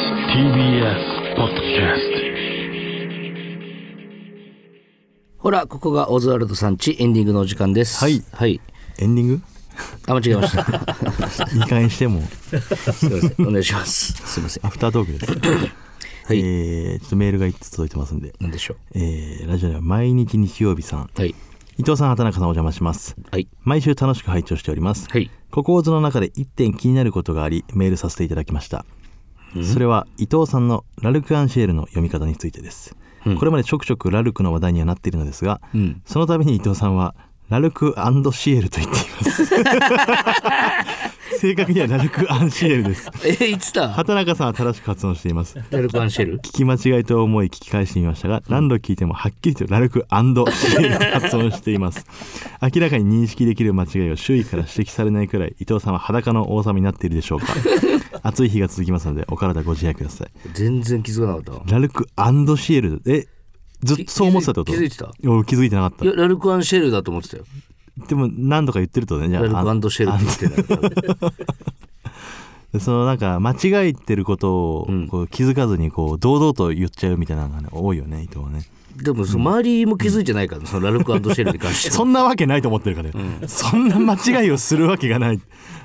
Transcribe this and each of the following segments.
TBS ポッドキャスほら、ここがオズワルドさんちエンディングのお時間です。はいはい。エンディングあ、間違えま した。いい加減し てもすいません。お願いします。すいません。アフタートークです、はいえーちょっとメールが一つ届いてますんで、なんでしょえーラジオでは毎日日曜日さんう。はい。伊藤さん畑中さんお邪魔しますはい。毎週楽しく拝聴しております、はい。ここオズの中で一点気になることがありメールさせていただきましたそれは伊藤さんのラルク・アンシエルの読み方についてです、これまでちょくちょくラルクの話題にはなっているのですが、んその度に伊藤さんはラルク・アンドシエルと言っています 正確にはラルク・アンシエルですえー、いつだ畑中さんは正しく発音していますラルクアンシェル聞き間違いと思い聞き返してみましたが、何度聞いてもはっきりとラルクシエルと発音しています明らかに認識できる間違いを周囲から指摘されないくらい伊藤さんは裸の王様になっているでしょうか暑い日が続きますのでお体ご自愛ください全然気づかなかっラルクシエルえずっとそう思ってたってこと気づいてた。俺気づいてなかったいや、ラルクアンシェルだと思ってたよ。たでも何度か言ってるとねじゃラあルクアンドシェルって言ってない。でそのなんか間違えてることをこう気づかずにこう堂々と言っちゃうみたいなのが、ね、多いよね伊藤はねでも、その周りも気づいてないから、そのラルクアンドシェルに関してそは。んなわけないと思ってるから、そんな間違いをするわけがない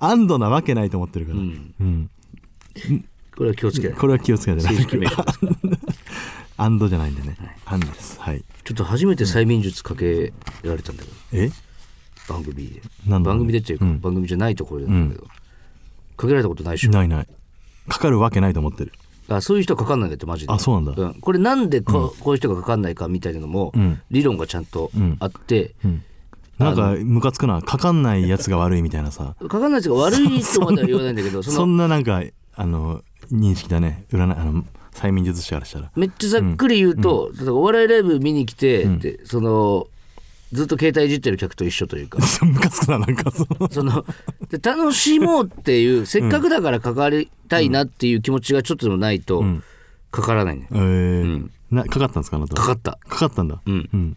安堵なわけないと思ってるから、うんこれは気をつけない。これは気をつけて正式 名ね称ですから安堵じゃないんでね、安堵ですはいちょっと初めて催眠術かけられたんだけど。え番組で番なんだろうね組でっていうか、うん番組じゃないところでなんだけど、かけられたことないでしょないないかかるわけないと思ってるあそういう人はかかんないんだってマジであそうなんだこれなんでこ,、うこういう人がかかんないかみたいなのも、うん理論がちゃんとあって、なんかムカつくなかかんないやつが悪いみたいなさかかんない人が悪いとまでは言わないんだけどそそのんななんかあの認識だね占いあの催眠術師からしたら めっちゃざっくり言うと、例えばお笑いライブ見に来て、でそのずっと携帯いじってる客と一緒というか ムカつくななんかそのそので楽しもうっていうせっかくだからかかりたいなっていう気持ちがちょっとでもないと、かからないねえーなかかったんですかあなたかかったかかったんだうんうん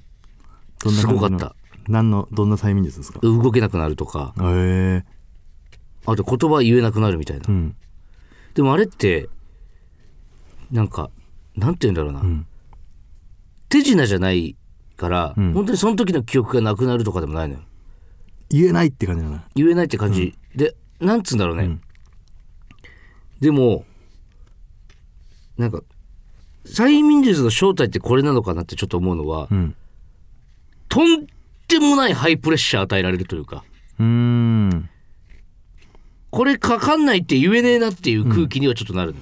どんな感じのすごかっ何のどんな催眠術ですか動けなくなるとかへえあと言葉言えなくなるみたいな、うんでもあれってなんかなんて言うんだろうな、ん手品じゃないから、ん本当にその時の記憶がなくなるとかでもないのよ言えないって感じだな言えないって感じ、でなんつうんだろうね、んでもなんか催眠術の正体ってこれなのかなってちょっと思うのは、うんとんでもないハイプレッシャー与えられるというかうーんこれかかんないって言えねえなっていう空気にはちょっとなるの、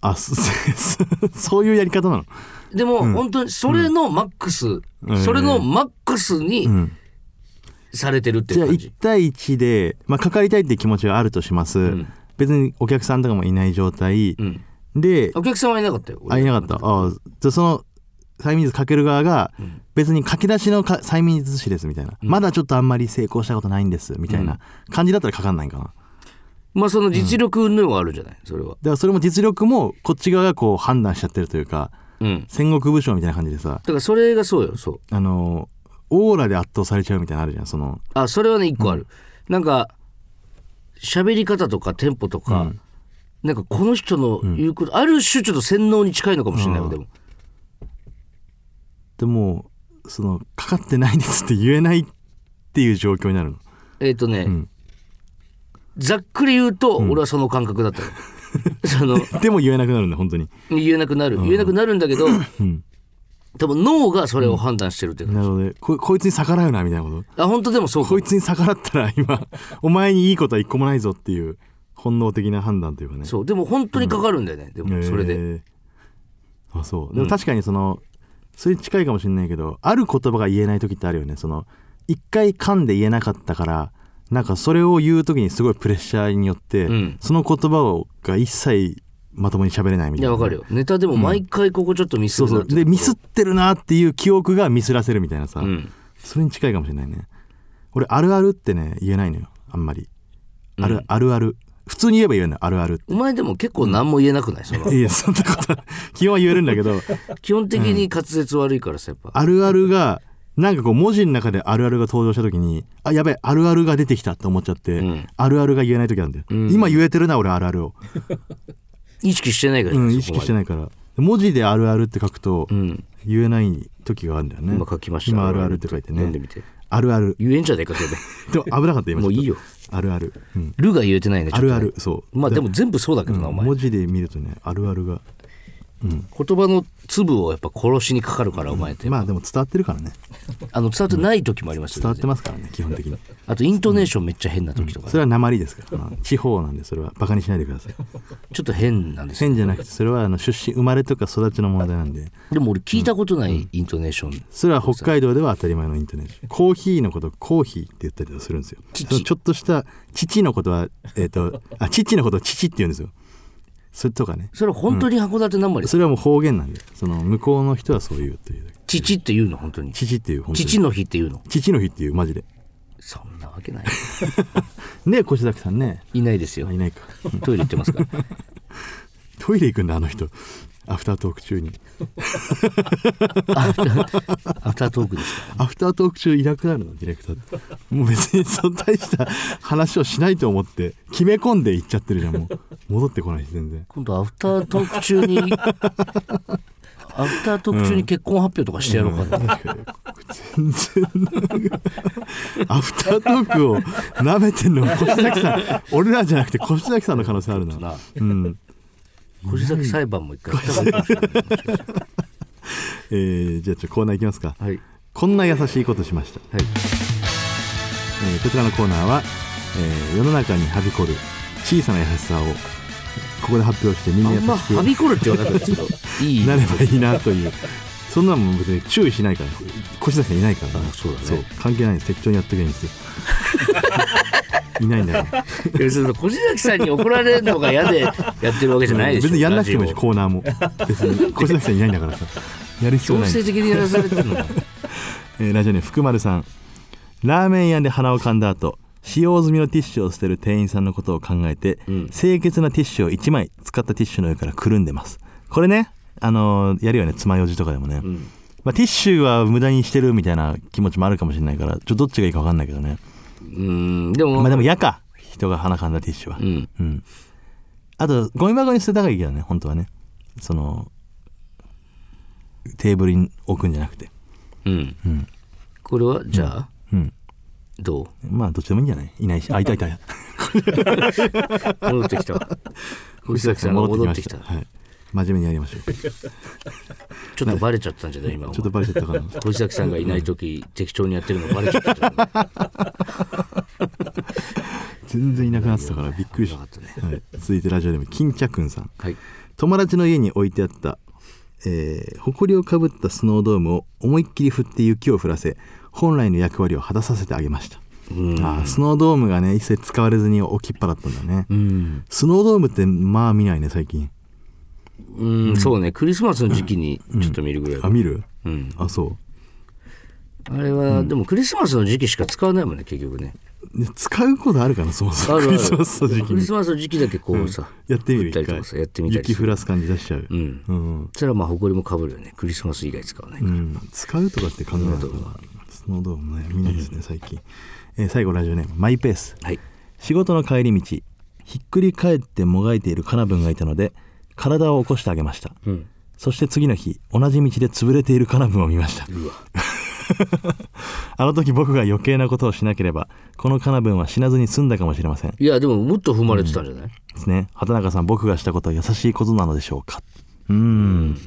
あそそういうやり方なのでも、本当にそれのマックス、んそれのマックスにんされてるっていじゃうあ感じ1、対1で、まあ、かかりたいって気持ちがあるとします、ん別にお客さんとかもいない状態、うんでお客さんはいなかったよあいなかったあじゃあその催眠術かける側が別に駆け出しのか催眠術師ですみたいな、まだちょっとあんまり成功したことないんですみたいな感じだったらかかんないんかな、まあその実力云々はあるんじゃないそれはだからそれも実力もこっち側がこう判断しちゃってるというかうん戦国武将みたいな感じでさだからそれがそうよそうあのオーラで圧倒されちゃうみたいなのあるじゃんそのあそれはね一個ある、なんか喋り方とかテンポとか、なんかこの人の言うこと、ある種ちょっと洗脳に近いのかもしれないわ、うんでもでもそのかかってないですって言えないっていう状況になるのえっ、とね、んざっくり言うと俺はその感覚だ ったよ、そのでも言えなくなるんだ本当に言えなくなる、言えなくなるんだけど、多分脳がそれを判断してるっていうか、なのでここいつに逆らうなみたいなことあ本当でもそうかこいつに逆らったら今お前にいいことは一個もないぞっていう本能的な判断というかねそうでも本当にかかるんだよね、でもそれで、へーあそうでも確かにその、それ近いかもしれないけどある言葉が言えない時ってあるよねその一回噛んで言えなかったからなんかそれを言う時にすごいプレッシャーによって、うんその言葉をが一切まともに喋れないみいたいやなわかるよネタでも毎回ここちょっとミスそうそうでミスってるなっていう記憶がミスらせるみたいなさ、うんそれに近いかもしれないね俺あるあるってね言えないのよあんまりある,、あるある普通に言えば言えないあるあるってお前でも結構何も言えなくないそのいやそんな こと基本は言えるんだけど基本的に滑舌悪いからさやっぱあるあるがなんかこう文字の中であるあるが登場した時にあやべえあるあるが出てきたって思っちゃって、あるあるが言えない時なんだよ、今言えてるな俺あるあるを、意識してないから、うん、そこまで意識してないから文字であるあるって書くと言えない時があるんだよね今書きました今あるあるって書いてね読んでみてあるある言えんじゃないかそ れででも危なかった今ちょもっとういいよあるある、うん、ルが言えてないねちょあっとねるあるそうまあでもだ全部そうだけどな、うおん前文字で見るとねあるあるが言葉の粒をやっぱ殺しにかかるからお前って、まあでも伝わってるからねあの伝わってない時もありますよ伝わってますからね基本的にあとイントネーションめっちゃ変な時とか、それは鉛ですから、まあ地方なんでそれはバカにしないでくださいちょっと変なんですよ変じゃなくてそれはあの出身生まれとか育ちの問題なんででも俺聞いたことないイントネーション、それは北海道では当たり前のインターネットコーヒーのことコーヒーって言ったりとかするんですよ父そのちょっとした父のことはえっ、とあ父のことは父って言うんですよそれとかねそれは本当に函館なまり、それはもう方言なんでその向こうの人はそう言うという父っていうの本当に父っていう本当に父の日っていうの父の日っていうマジでそんなわけないね越崎さんねいないですよあいないかトイレ行ってますから トイレ行くんだあの人アフタートーク中にアフタートークですかアフタートーク中いなくなるのディレクターってもう別にそんな大した話をしないと思って決め込んで行っちゃってるじゃんもう戻ってこないし全 然今度アフタートーク中 にアフタートーク中に結婚発表とかしてやろうかな、全然なんかアフタートークを舐めてんの越崎さん俺らじゃなくて越崎さんの可能性あるななうん越崎裁判も一回やった方がいいかもしれないえー、じゃあちょっとコーナー行きますかはいこんな優しいことしましたはいえーこちらのコーナーは、えー世の中にはびこる小さな優しさをここで発表してみんなあ優んましくはびこるって言わなくていいいい なればいいな というそんなのも別に注意しないから越崎さんいないから、そうだね関係ないんです適当にやってくれる んですよいないんだからいやその越崎さんに怒られるのが嫌でやってるわけじゃないでしょ別にやんなくてもいいしラジオコーナーも別に越崎さんいないんだからさやる必要強ないんで制す的にやらされてるのえーラジオネーム福丸さんラーメン屋で鼻を噛んだ後使用済みのティッシュを捨てる店員さんのことを考えて、うん清潔なティッシュを1枚使ったティッシュの上からくるんでますこれねあのーやるよね爪楊枝とかでもね、んまあ、ティッシュは無駄にしてるみたいな気持ちもあるかもしれないからちょっとどっちがいいか分かんないけどねうんでも,、まあでも嫌か人が鼻かんだティッシュはうんうんあとゴミ箱に捨てた方がいいけどね本当はねそのテーブルに置くんじゃなくてうん、これはじゃあ、うんどうまあどっちでもいいんじゃない いないしあいたいたいた戻ってき たわ越崎さんが戻ってきたはい、真面目にやりましょう。ちょちょっとバレちゃったんじゃない今お前っとバレちゃったかな。越崎さんがいない時、適当にやってるのバレちゃったんじゃない全然いなくなってたからびっくりした。かったねはい、続いてラジオでも金茶くんさん。はい友達の家に置いてあった、えー、埃をかぶったスノードームを思いっきり振って雪を降らせ本来の役割を果たさせてあげましたあースノードームがね一切使われずに置きっぱだったんだね、うん、スノードームってまあ見ないね最近うん、そうねクリスマスの時期にちょっと見るぐらいだあ見るうん、あそあれは、でもクリスマスの時期しか使わないもんね結局ねうで使うことあるかなそもそあもるあるクリスマスの時期クリにスマスの時期だけこうさ、やってみ降るった一りと回かさやってみたりす雪る降らす感じ出しちゃう、うんうんそれはまあ埃もかぶるよねクリスマス以外使わないかうら、ん、使うとかって考えたからスノードームね見ないですね、最近、えー最後ラジオネームマイペースはい仕事の帰り道ひっくり返ってもがいているカナブンがいたので体を起こしてあげました、うんそして次の日同じ道で潰れているカナブンを見ました あの時僕が余計なことをしなければこのカナブンは死なずに済んだかもしれませんでいやでももっと踏まれてたんじゃない、すね畑中さん僕がしたことは優しいことなのでしょうかうん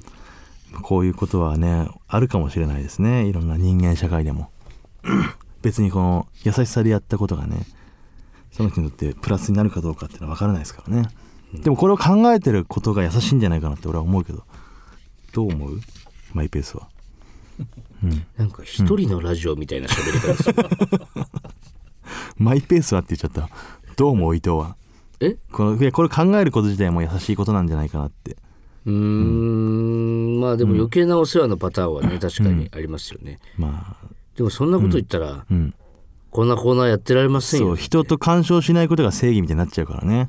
こういうことはねあるかもしれないですねいろんな人間社会でも 別にこの優しさでやったことがねその人にとってプラスになるかどうかっていうのは分からないですからねでもこれを考えてることが優しいんじゃないかなって俺は思うけどどう思うマイペースはなんか一人のラジオみたいな喋り方する、マイペースはって言っちゃったどう思う伊藤はえこのいやこれ考えること自体も優しいことなんじゃないかなってうーんまあでも余計なお世話のパターンはね確かにありますよね、まあでもそんなこと言ったら、うんこんなコーナーやってられませんそうよ人と干渉しないことが正義みたいになっちゃうからね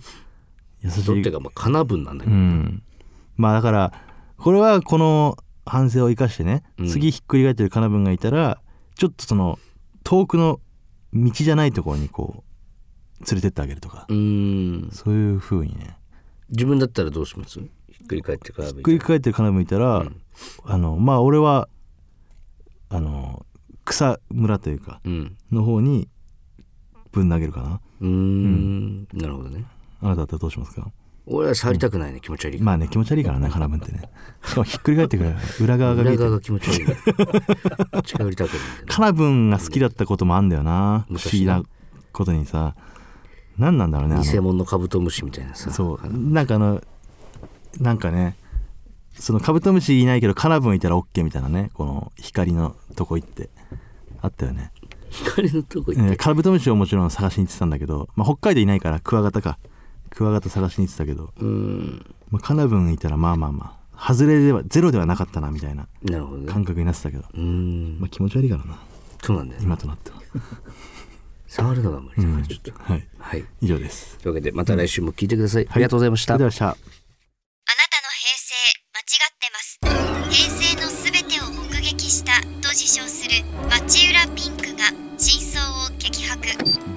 優し人っていいうかまあかな分なんだけうど、んまあだからこれはこの反省を生かしてね、次ひっくり返ってるカナブンがいたらちょっとその遠くの道じゃないところにこう連れてってあげるとか、うんそういう風にね自分だったらどうしますひっくり返ってからひっくり返ってる金向いたら、あのまあ俺はあの草むらというかうんの方にぶん投げるかなうーんなるほどねあなただったらどうしますか俺は触りたくないね気持ち悪いまあね気持ち悪いからね金分ってねしかもひっくり返ってくる裏側が見裏えて側が気持ち悪いから近寄りたくないん だよね金分が好きだったこともあんだよな不思昔議ななことにさ何なんだろうねあの偽物のカブトムシみたいなさそうなんかあのなんかねそのカブトムシいないけどカナブンいたら OK みたいなねこの光のとこ行ってあったよね、 光のとこえ行ってーカブトムシをもちろん探しに行ってたんだけど、まあ、北海道いないからクワガタかクワガタ探しに行ってたけど、うーんまあ、カナブンいたらまあまあまあ外れではゼロではなかったなみたいななるほどね感覚になってたけど、うーんまあ、気持ち悪いからなそうなんだよね今となっては、触るのが無理だからちょっとはい、はい以上ですというわけでまた来週も聞いてください、ありがとうございましあたりがとうございましたあなたの平成間違ってます平成のすべてを目撃したと自称する町浦ピンクが真相を激白